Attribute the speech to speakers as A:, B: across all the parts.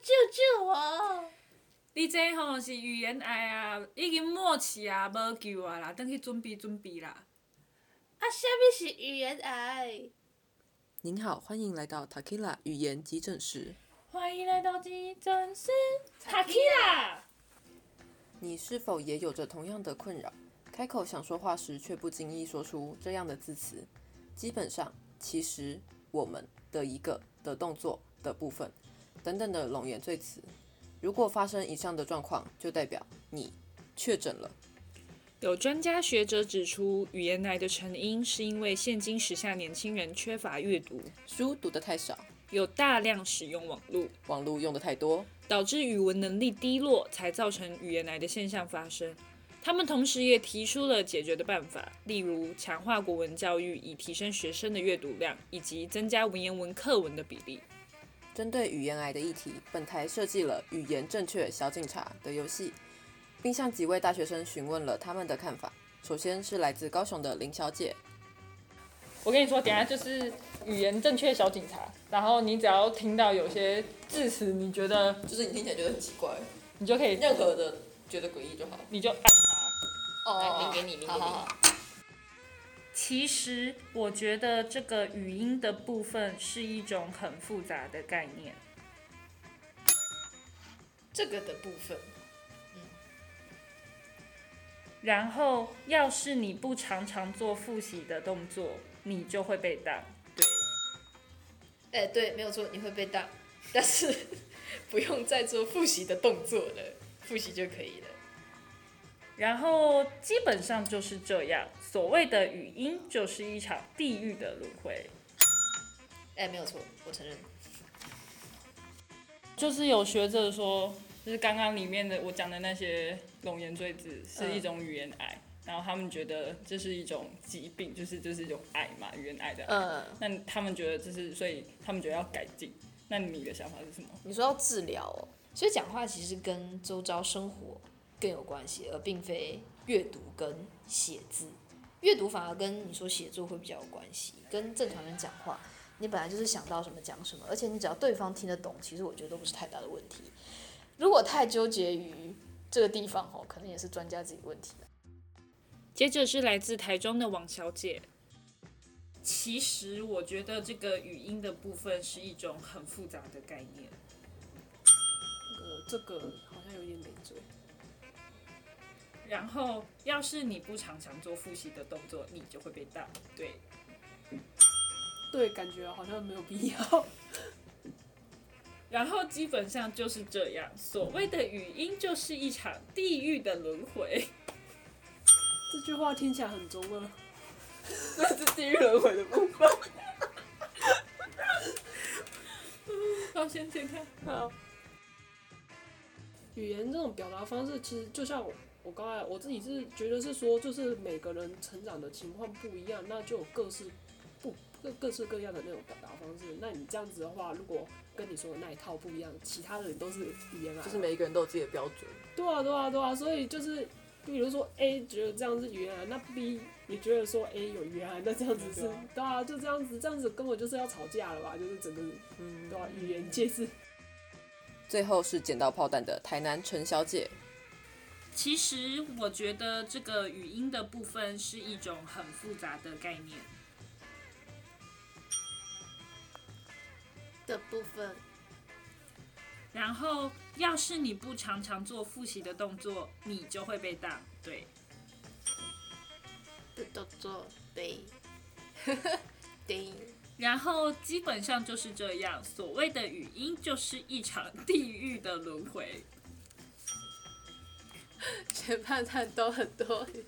A: 救救我！啊
B: 你这吼是语言
C: 哎
B: 癌啊，已经末期啊，无救啊啦，等去准备准备啦。
A: 啊，虾米是语言癌？
D: 您好，欢迎来到 Takila 语言急诊室。
B: 欢迎来到急诊室，塔基啦！
D: 你是否也有着同样的困扰？开口想说话时，却不经意说出这样的字词。基本上，其实我们的一个的动作的部分等等的冗言赘词。如果发生以上的状况，就代表你确诊了。
C: 有专家学者指出，语言癌的成因是因为现今时下年轻人缺乏阅读，
D: 书读得太少，
C: 有大量使用网络，
D: 网络用得太多，
C: 导致语文能力低落，才造成语言癌的现象发生。他们同时也提出了解决的办法，例如强化国文教育，以提升学生的阅读量，以及增加文言文课文的比例。
D: 针对语言癌的议题，本台设计了“语言正确小警察”的游戏，并向几位大学生询问了他们的看法。首先是来自高雄的林小姐，
E: 我跟你说，等一下就是语言正确小警察，然后你只要听到有些字词，你觉得
D: 就是你听起来觉得很奇怪，
E: 你就可以，
D: 任何的觉得诡异就好。
E: 你就按它。
D: 哦
E: 来
D: 你，
E: 好好好。
F: 其实我觉得这个语音的部分是一种很复杂的概念。
A: 这个的部分，
F: 然后，要是你不常常做复习的动作，你就会被当。
A: 哎、对，没有错，你会被当， 但是不用再做复习的动作了，复习就可以了。
F: 然后基本上就是这样，所谓的语音就是一场地狱的轮回。
A: 哎、没有错，我承认。
E: 就是有学者说，就是刚刚里面的我讲的那些冗言赘字是
C: 嗯
E: 一种语言癌，然后他们觉得这是一种疾病，就是这是一种癌嘛，语言癌的癌。
G: 嗯，
E: 那他们觉得这是，所以他们觉得要改进。那你的想法是什么？
G: 你说要治疗哦，
A: 所以讲话其实跟周遭生活更有关系，而并非阅读跟写字。阅读反而跟你说写作会比较有关系，跟正常人讲话，你本来就是想到什么讲什么，而且你只要对方听得懂，其实我觉得都不是太大的问题。如果太纠结于这个地方哦，可能也是专家自己问题了。
C: 接着是来自台中的王小姐，
B: 其实我觉得这个语音的部分是一种很复杂的概念。
H: 呃，这个好像有点没做。
B: 然后，要是你不常常做复习的动作，你就会被当。对，
H: 对，感觉好像没有必要。
B: 然后基本上就是这样。所谓的语音就是一场地狱的轮回。
H: 这句话听起来很中二。
D: 这是地狱轮回的部分。
B: 到现在看，
H: 语言这种表达方式，其实就像我我刚才我自己是觉得是说，就是每个人成长的情况不一样，那就有各式不各各式各样的那种表达方式。那你这样子的话，如果跟你说的那一套不一样，其他的人都是语言啊，
D: 就是每一个人都有自己的标准。
H: 对啊对啊对啊，所以就是。比如说 A 觉得这样是语言啊，那 B 也觉得说 A 有语言啊，那这样子是对啊，就这样子，这样子根本就是要吵架了吧？就是整个
D: 嗯
H: 对啊，语言界是
D: 最后是捡到炮弹的台南陈小姐，
B: 其实我觉得这个语音的部分是一种很复杂的概念。
A: 的部分，
B: 然后，要是你不常常做复习的动作，你就会被当。对，
A: 的动作，对， 对。
B: 然后基本上就是这样。所谓的语音就是一场地狱的轮回。
A: 前半段都很多 余，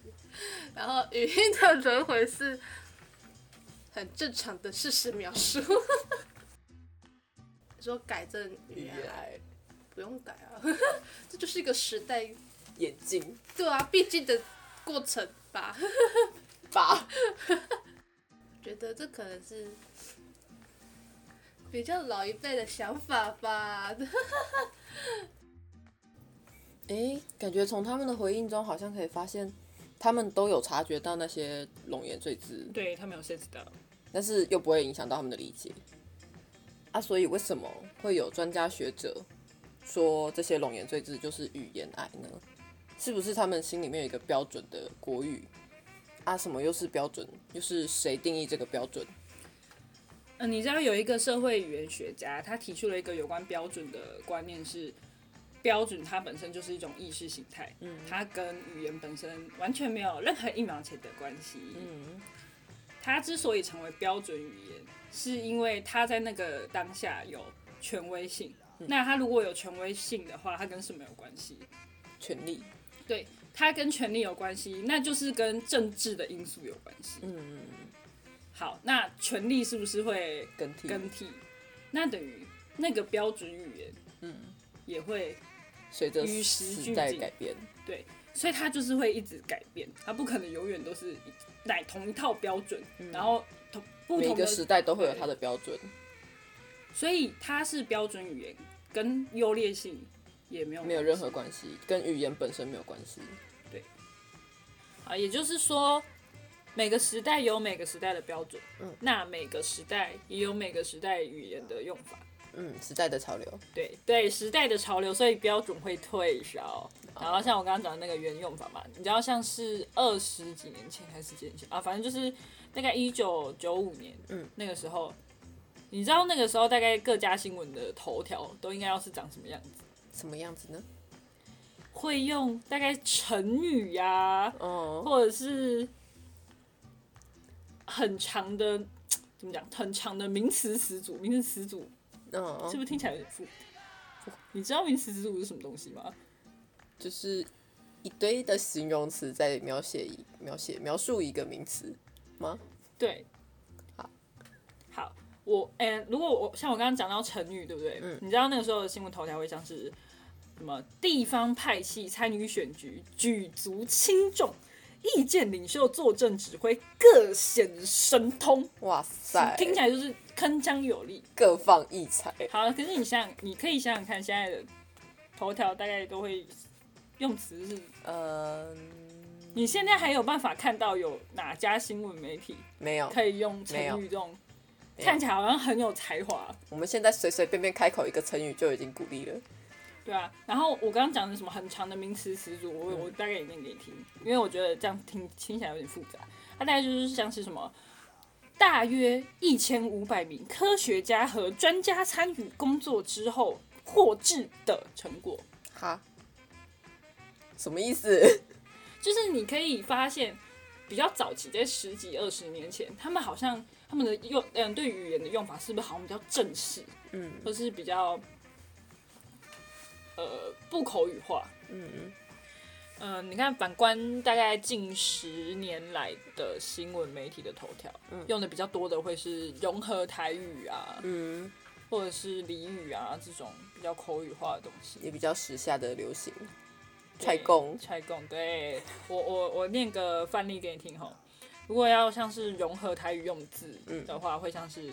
A: 然后语音的轮回是很正常的事实描述。 说改正语言啊，
D: 来
A: 不用改啊，这就是一个时代，
D: 眼睛
A: 对啊，必经的过程吧。
D: 吧。
A: 觉得这可能是比较老一辈的想法吧。
D: 诶，感觉从他们的回应中，好像可以发现，他们都有察觉到那些冗言赘字，
C: 对他没有 sense 到。
D: 但是又不会影响到他们的理解。啊，所以为什么会有专家学者说这些冗言赘字就是语言癌呢？是不是他们心里面有一个标准的国语啊？什么又是标准？又是谁定义这个标准？
C: 嗯，你知道有一个社会语言学家，他提出了一个有关标准的观念是，标准它本身就是一种意识形态，嗯，它跟语言本身完全没有任何一毛钱的关系，嗯，它之所以成为标准语言，是因为它在那个当下有权威性。
D: 嗯
C: 那它如果有权威性的话，它跟什么有关系？
D: 权利？
C: 它跟权力有关系，那就是跟政治的因素有关系。
D: 嗯，
C: 好，那权力是不是会
D: 更替？
C: 更替，那等于那个标准语言，嗯，也会，
D: 随着
C: 与时
D: 时
C: 俱
D: 代
C: 进
D: 改变，
C: 所以它就是会一直改变，它不可能永远都是一乃同一套标准，然后同不
D: 嗯每
C: 同
D: 个
C: 的，
D: 时代都会有它的标准。
C: 所以它是标准语言跟优劣性也没有
D: 没有
C: 关
D: 任
C: 系
D: 何关系，跟语言本身没有关系。
C: 啊，也就是说，每个时代有每个时代的标准，
A: 嗯，
C: 那每个时代也有每个时代语言的用法。
D: 嗯，时代的潮流，
C: 对对，时代的潮流，所以标准会退烧。然后像我刚刚讲的那个原用法嘛，你知道像是二十几年前还是几年前啊，反正就是大概一九九五年，
A: 嗯，
C: 那个时候，你知道那个时候大概各家新闻的头条都应该要是长什么样子，
D: 什么样子呢？
C: 会用大概成语呀、
D: 哦，
C: 或者是很长的怎么讲，很长的名词词组，名词词组是
D: 嗯，
C: 不是听起来有点复杂？你知道名词词组是什么东西吗？
D: 就是一堆的形容词在描写一描写描述一个名词吗？
C: 对，
D: 好，
C: 好，我嗯、如果我像我刚刚讲到成语，对不对？
D: 嗯
C: 你知道那个时候的新闻头条会像是什么地方派系参与选举，举足轻重。意见领袖坐镇指挥，各显神通，
D: 哇 塞，
C: 听起来就是铿锵有力。
D: 各放异彩。
C: 好，可是你想，你可以想想看，现在的头条大概都会用词是，
D: 嗯，
C: 你现在还有办法看到有哪家新闻媒体
D: 没有，
C: 可以用成
D: 没有
C: 语这种
D: 没有
C: 看起来好像很有才华，
D: 我们现在随随便便开口一个成语就已经鼓励了。
C: 对啊。然后我刚刚讲的什么很长的名词词组，我
D: 嗯
C: 我大概也念给你听，因为我觉得这样听听起来有点复杂。它大概就是像是什么。大约一千五百名科学家和专家参与工作之后获致的成果，
D: 哈，什么意思？
C: 就是你可以发现，比较早期在十几二十年前，他们好像他们的用嗯对语言的用法是不是好像比较正式，
D: 嗯，
C: 或是比较呃不口语化，
D: 嗯，
C: 嗯、你看反观大概近十年来的新闻媒体的头条，
D: 嗯
C: 用的比较多的会是融合台语啊，
D: 嗯，
C: 或者是俚语啊这种比较口语化的东西，
D: 也比较时下的流行，踹
C: 对
D: 工
C: 拆供，对我我我念个范例给你听吼。如果要像是融合台语用字
D: 嗯
C: 的话，会像是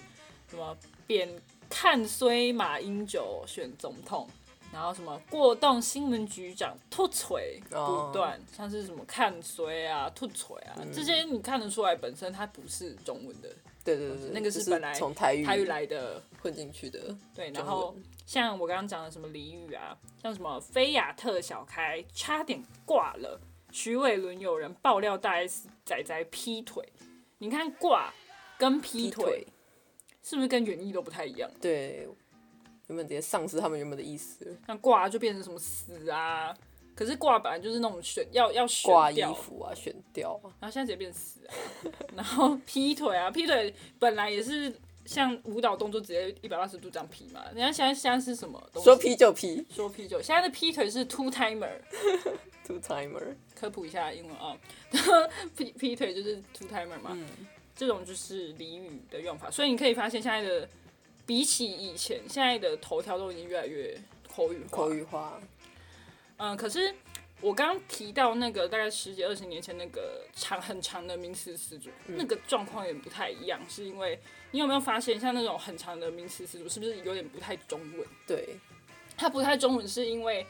C: 什么扁看虽马英九选总统，然后什么过动新闻局长吐锤
D: 哦嗯
C: 不断，像是什么看虽啊吐锤啊、这些，你看得出来本身它不是中文的
D: 对对对对，
C: 哦那个
D: 就是
C: 本来
D: 从台语
C: 台语来的
D: 混进去的。
C: 对，然
D: 嗯中
C: 后
D: 文
C: 像我刚刚讲的什么俚语啊，像什么菲亚特小开差点挂了，徐伟伦有人爆料大 S 仔仔劈腿，你看挂跟劈
D: 劈腿
C: 腿是不是跟原意都不太一样？
D: 对，原本直接丧失他们原本的意思了，
C: 像挂就变成什么死啊，可是挂本来就是那种选要要选
D: 挂衣
C: 掉，
D: 服啊，选掉啊，
C: 然后现在直接变死啊， 然后劈腿啊，劈腿本来也是。像舞蹈动作直接一百八十度这样劈嘛，人家现在现在是什么东西？
D: 说劈就劈
C: 说劈酒，现在的劈腿是 two timer，
D: ，two timer，
C: 科普一下英文啊、 劈劈腿就是 two timer 嘛，这种就是俚语的用法，所以你可以发现现在的比起以前，现在的头条都已经越来越口语化。
D: 口语化，
C: 嗯，可是我刚刚提到那个大概十几二十年前那个长很长的名词词组，那个状况也不太一样，是因为你有没有发现，像那种很长的名词词组，是不是有点不太中文？
D: 对，
C: 它不太中文，是因为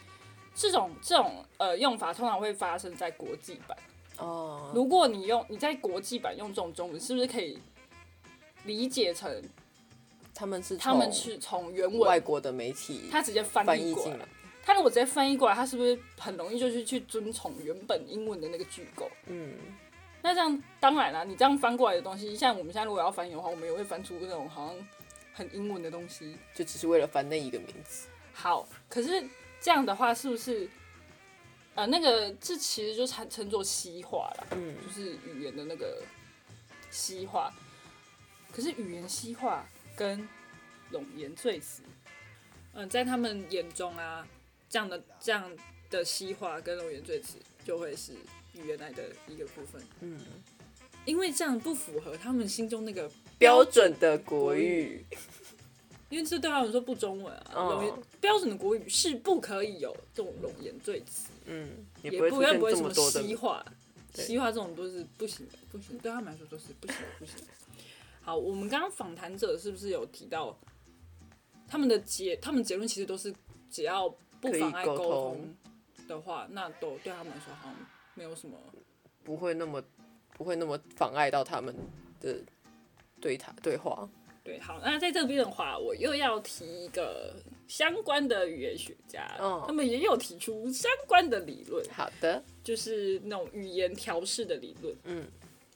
C: 这种这种呃用法通常会发生在国际版。
D: 哦，
C: 如果你用你在国际版用这种中文，是不是可以理解成
D: 他们是
F: 他们
D: 从
F: 是从原
D: 外
F: 文，
D: 国的媒体
F: 他直接翻
D: 翻
F: 译
D: 译
F: 过
D: 进
F: 来
D: 来。，
F: 他如果直接翻译过来，他是不是很容易就是去遵从原本英文的那个句构？
D: 嗯，
F: 那这样当然啦，你这样翻过来的东西，像我们现在如果要翻译的话，我们也会翻出那种好像很英文的东西。
D: 就只是为了翻那一个名字。
F: 好，可是这样的话，是不是？呃，那个这其实就称称作西化啦，
D: 嗯，
F: 就是语言的那个西化。可是语言西化跟冗言赘词，呃
C: 嗯，在他们眼中啊，这样的这样的西化跟龙源最词就会是语言来的一个部分。嗯，因为这样不符合他们心中那个，
D: 标准的国语，
C: 因为这对他们说不中文啊，
D: 哦
C: 龙源标准的国语是不可以有这种龙言赘词，
D: 嗯，也
C: 也
D: 不会
C: 不
D: 出
C: 要
D: 现
C: 不会
D: 这
C: 什
D: 么
C: 么
D: 多
C: 西
D: 的。
C: 化，
D: 对
C: 西化这种都是不行的，不行，对他们来说都是不行的不行的。好，我们刚刚访谈者是不是有提到他们的结，他们结论其实都是只要不
D: 可以
C: 妨碍
D: 沟
C: 沟
D: 通
C: 通的话，那都对他们来说好像没有什么。
D: 不会那么不会那么妨碍到他们的对谈对话。
C: 对，好，那在这边的话，我又要提一个相关的语言学家，
D: 嗯
C: 他们也有提出相关的理论，
D: 好的，
C: 就是那种语言调试的理论。
D: 嗯，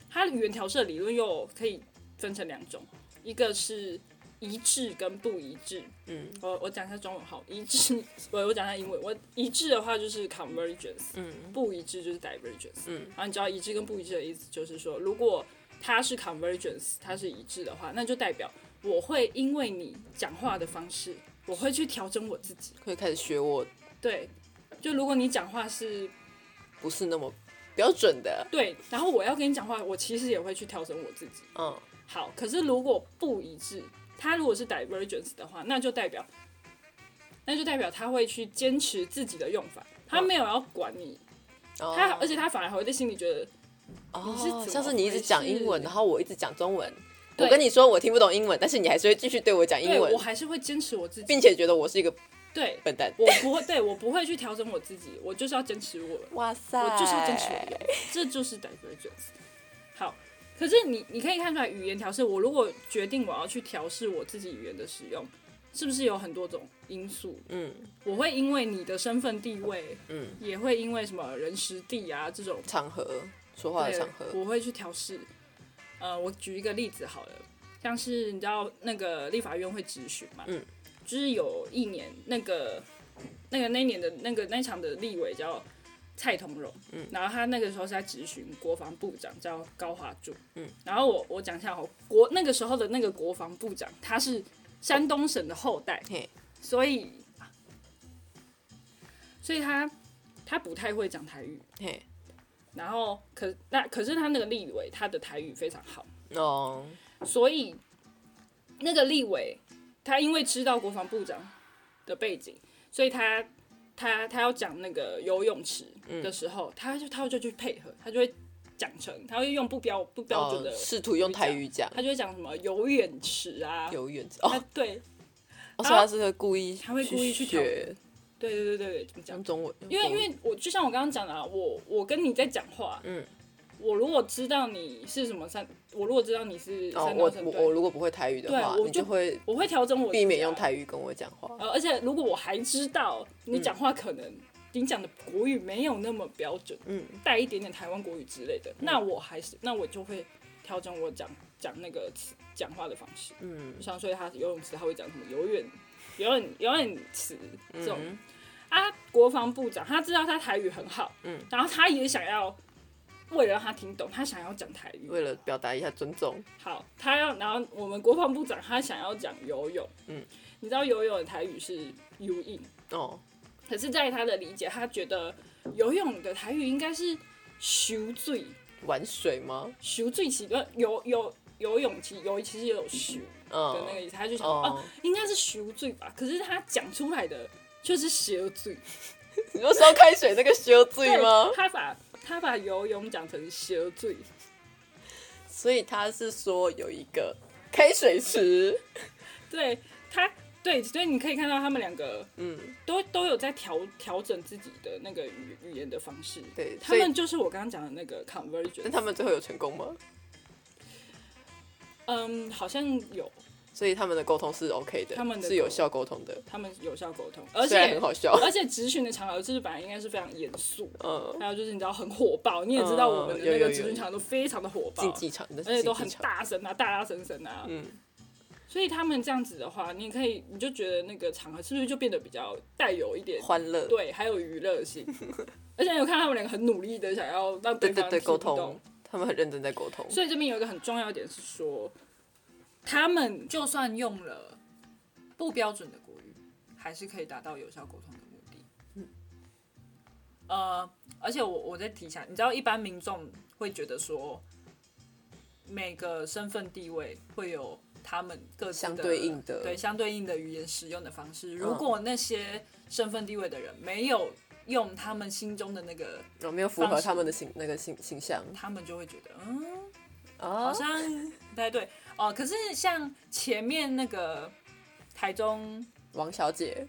C: 它语言调试的理论又可以分成两种，一个是一致跟不一致。
D: 嗯，
C: 我我讲一下中文好，一致 我我讲一下英文，我一致的话就是 convergence，
D: 嗯
C: 不一致就是 divergence。
D: 嗯，
C: 然后你知道一致跟不一致的意思就是说，如果它是 convergence，它是一致的话，那就代表我会因为你讲话的方式，我会去调整我自己。
D: 会开始学我
C: 对，就如果你讲话是
D: 不是那么标准的，
C: 对，然后我要跟你讲话，我其实也会去调整我自己。
D: 嗯，
C: 好，可是如果不一致，他如果是 divergence 的话，那就代表，那就代表他会去坚持自己的用法，他没有要管你，
D: 哦
C: 他而且他反而还会在心里觉得，你是怎
D: 哦，
C: 么
D: 像是你一直讲英文，
C: 回事
D: 然后我一直讲中文。
C: 对
D: 我跟你说我听不懂英文，但是你还是会继续对我讲英
C: 对
D: 文
C: 我，还是会坚持我自己，
D: 并且觉得我是一个
C: 对
D: 笨蛋。
C: 我不会，对我不会去调整我自己，我就是要坚持我
D: 哇塞
C: 我就是要坚持我的用法，这就是 divergence。好，可是你你可以看出来，语言调试，我如果决定我要去调试我自己语言的使用，是不是有很多种因素？
D: 嗯
C: 我会因为你的身份地位，
D: 嗯，
C: 也会因为什么人时地啊这种
D: 场合说话的
C: 对
D: 场合，
C: 我会去调试。呃，我举一个例子好了，像是你知道那个立法院会质询嘛，
D: 嗯，
C: 就是有一年那个那个那一年的那个那一场的立委叫蔡同荣，嗯，然后他那个时候是在质询国防部长叫高华柱，
D: 嗯，
C: 然后我我讲一下哦，国那个时候的那个国防部长他是山东省的后代
D: 嘿，
C: 所以所以他他不太会讲台语，
D: 嘿，
C: 然后可那可是他那个立委，他的台语非常好，
D: 哦，
C: 所以那个立委他因为知道国防部长的背景，所以他他他要讲那个游泳池的时
D: 嗯
C: 候，他就他就去配合，他就会讲成，他会用不标不标准的，
D: 哦试图用台语讲，
C: 他就会讲什么游泳池啊，
D: 有远哦
C: 他，对
D: 哦所以他是会故意，
C: 他会故意去挑
D: 学
C: 对对对对对，怎么讲
D: 讲？中文，
C: 因为
D: 用
C: 因
D: 中文
C: 为我就像我刚刚讲的、啊，我我跟你在讲话，
D: 嗯，
C: 我如果知道你是什么山，我如果知道你是
D: 哦，
C: 山
D: 我
C: 东省，
D: 我
C: 对
D: 我如果不会台语的
C: 对啊
D: 话，
C: 我
D: 你就
C: 就
D: 会
C: 我会调整我自己啊
D: 避免用。台语跟我讲话。
C: 呃，而且如果我还知道你讲话可能你讲的国语没有那么标准，
D: 嗯，
C: 带一点点台湾国语之类的，那我还是那我就会调整我讲讲那个词讲话的方式。
D: 嗯
C: 像所以他游泳池他会讲什么游泳游泳游泳池这种。
D: 嗯
C: 啊，国防部长他知道他台语很好，
D: 嗯
C: 嗯，然后他也想要，为了让他听懂，他想要讲台语，
D: 为了表达一下尊重，
C: 好，他要，然后我们国防部长他想要讲游泳，
D: 嗯
C: 嗯，你知道游泳的台语是游泳，
D: 哦，
C: 可是在他的理解，他觉得游泳的台语应该是修醉，
D: 玩水吗？
C: 修醉其呃游游游泳其游其实也有修的
D: 嗯
C: 那个，意思，他就想说哦、
D: 哦，
C: 应该是赎罪吧，可是他讲出来的就是赎罪，
D: 你说烧开水那个羞罪吗？
C: 他把他把游泳讲成赎罪，
D: 所以他是说有一个开水池，
C: 对他对，所以你可以看到他们两个
D: 嗯，
C: 都都有在调调整自己的那个语语言的方式。
D: 对，
C: 他
D: 所以
C: 们就是我刚刚讲的那个
D: 但
C: convergence，
D: 他们最后有成功吗？
C: 嗯，好像有，
D: 所以他们的沟通是 OK 的，
I: 他们的
D: 是有效沟通的，
I: 他们有效沟通，而
D: 虽然很
I: 且
D: 好笑，
I: 而且咨询的场合就是本来应该是非常严肃，
D: 嗯，
I: 还有就是你知道很火爆，你也知道我们的那
D: 有哦有
I: 个
D: 有
I: 咨询场都非常的火爆，
D: 竞技场的，
I: 而且都
D: 竞
I: 很
D: 技场，
I: 大声啊，大大声声啊，
D: 嗯，
I: 所以他们这样子的话，你可以你就觉得那个场合是不是就变得比较带有一点
D: 欢乐，
I: 对，还有娱乐 性，而且有看他们两个很努力的想要让
D: 对
I: 方
D: 对对，沟
I: 听
D: 通
I: 懂，
D: 他们很认真在沟通，
I: 所以这边有一个很重要的点是说，他们
C: 就算用了不标准的国语，还是可以达到有效沟通的目的。嗯，呃，而且我我再提一下，你知道一般民众会觉得说，每个身份地位会有他们各自的
D: 相对应的嗯
C: 对相对应的语言使用的方式。如果那些身份地位的人没有用他们心中的那个，
D: 有没有符合他们的形那个形形象
C: 他们就会觉得嗯。好
I: 哦
D: 啊？
C: 像不太对哦、可是像前面那个台中
D: 王小姐，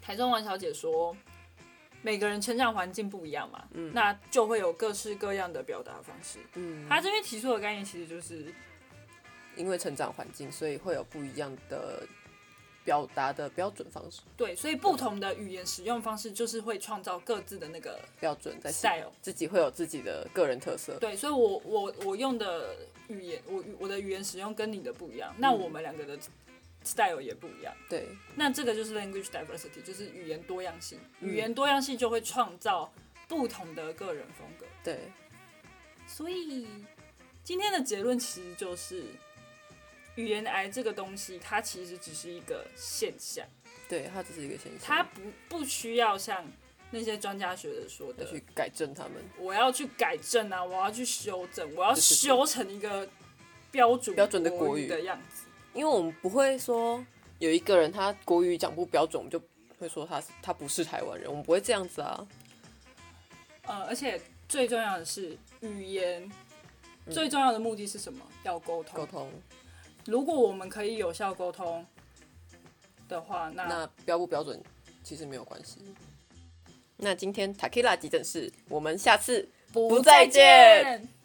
C: 台中王小姐说，每个人成长环境不一样嘛，那就会有各式各样的表达方式。
D: 嗯，
C: 她这边提出的概念其实就是
D: 因为成长环境，所以会有不一样的表达的标准方式，
C: 对，所以不同的语言使用方式就是会创造各自的那个
D: 标准在
C: style。
D: 自己会有自己的个人特色，
C: 对，所以我我我用的语言，我我的语言使用跟你的不一样，
D: 嗯
C: 那我们两个的 style 也不一样。
D: 对，
C: 那这个就是 language diversity，就是语言多样性。
D: 嗯
C: 语言多样性就会创造不同的个人风格。
D: 对，
C: 所以今天的结论其实就是，语言癌这个东西，它其实只是一个现象，
D: 对，它只是一个现象，
C: 它不不需要像那些专家学者说
D: 要
C: 的，
D: 去改正他们
C: 我要去改正啊，我要去修正，我要
D: 对对对
C: 修成一个标准
D: 标准的国
C: 国
D: 语
C: 的样子。
D: 因为我们不会说有一个人他国语讲不标准，我们就会说他是他不是台湾人，我们不会这样子啊。
C: 呃，而且最重要的是语言。最重要的目的是什么？要沟通
D: 嗯沟。通，
C: 如果我们可以有效沟通的话，
D: 那标不标准其实没有关系。那今天 Takila 急诊室，我们下次
C: 不
D: 再见
C: 见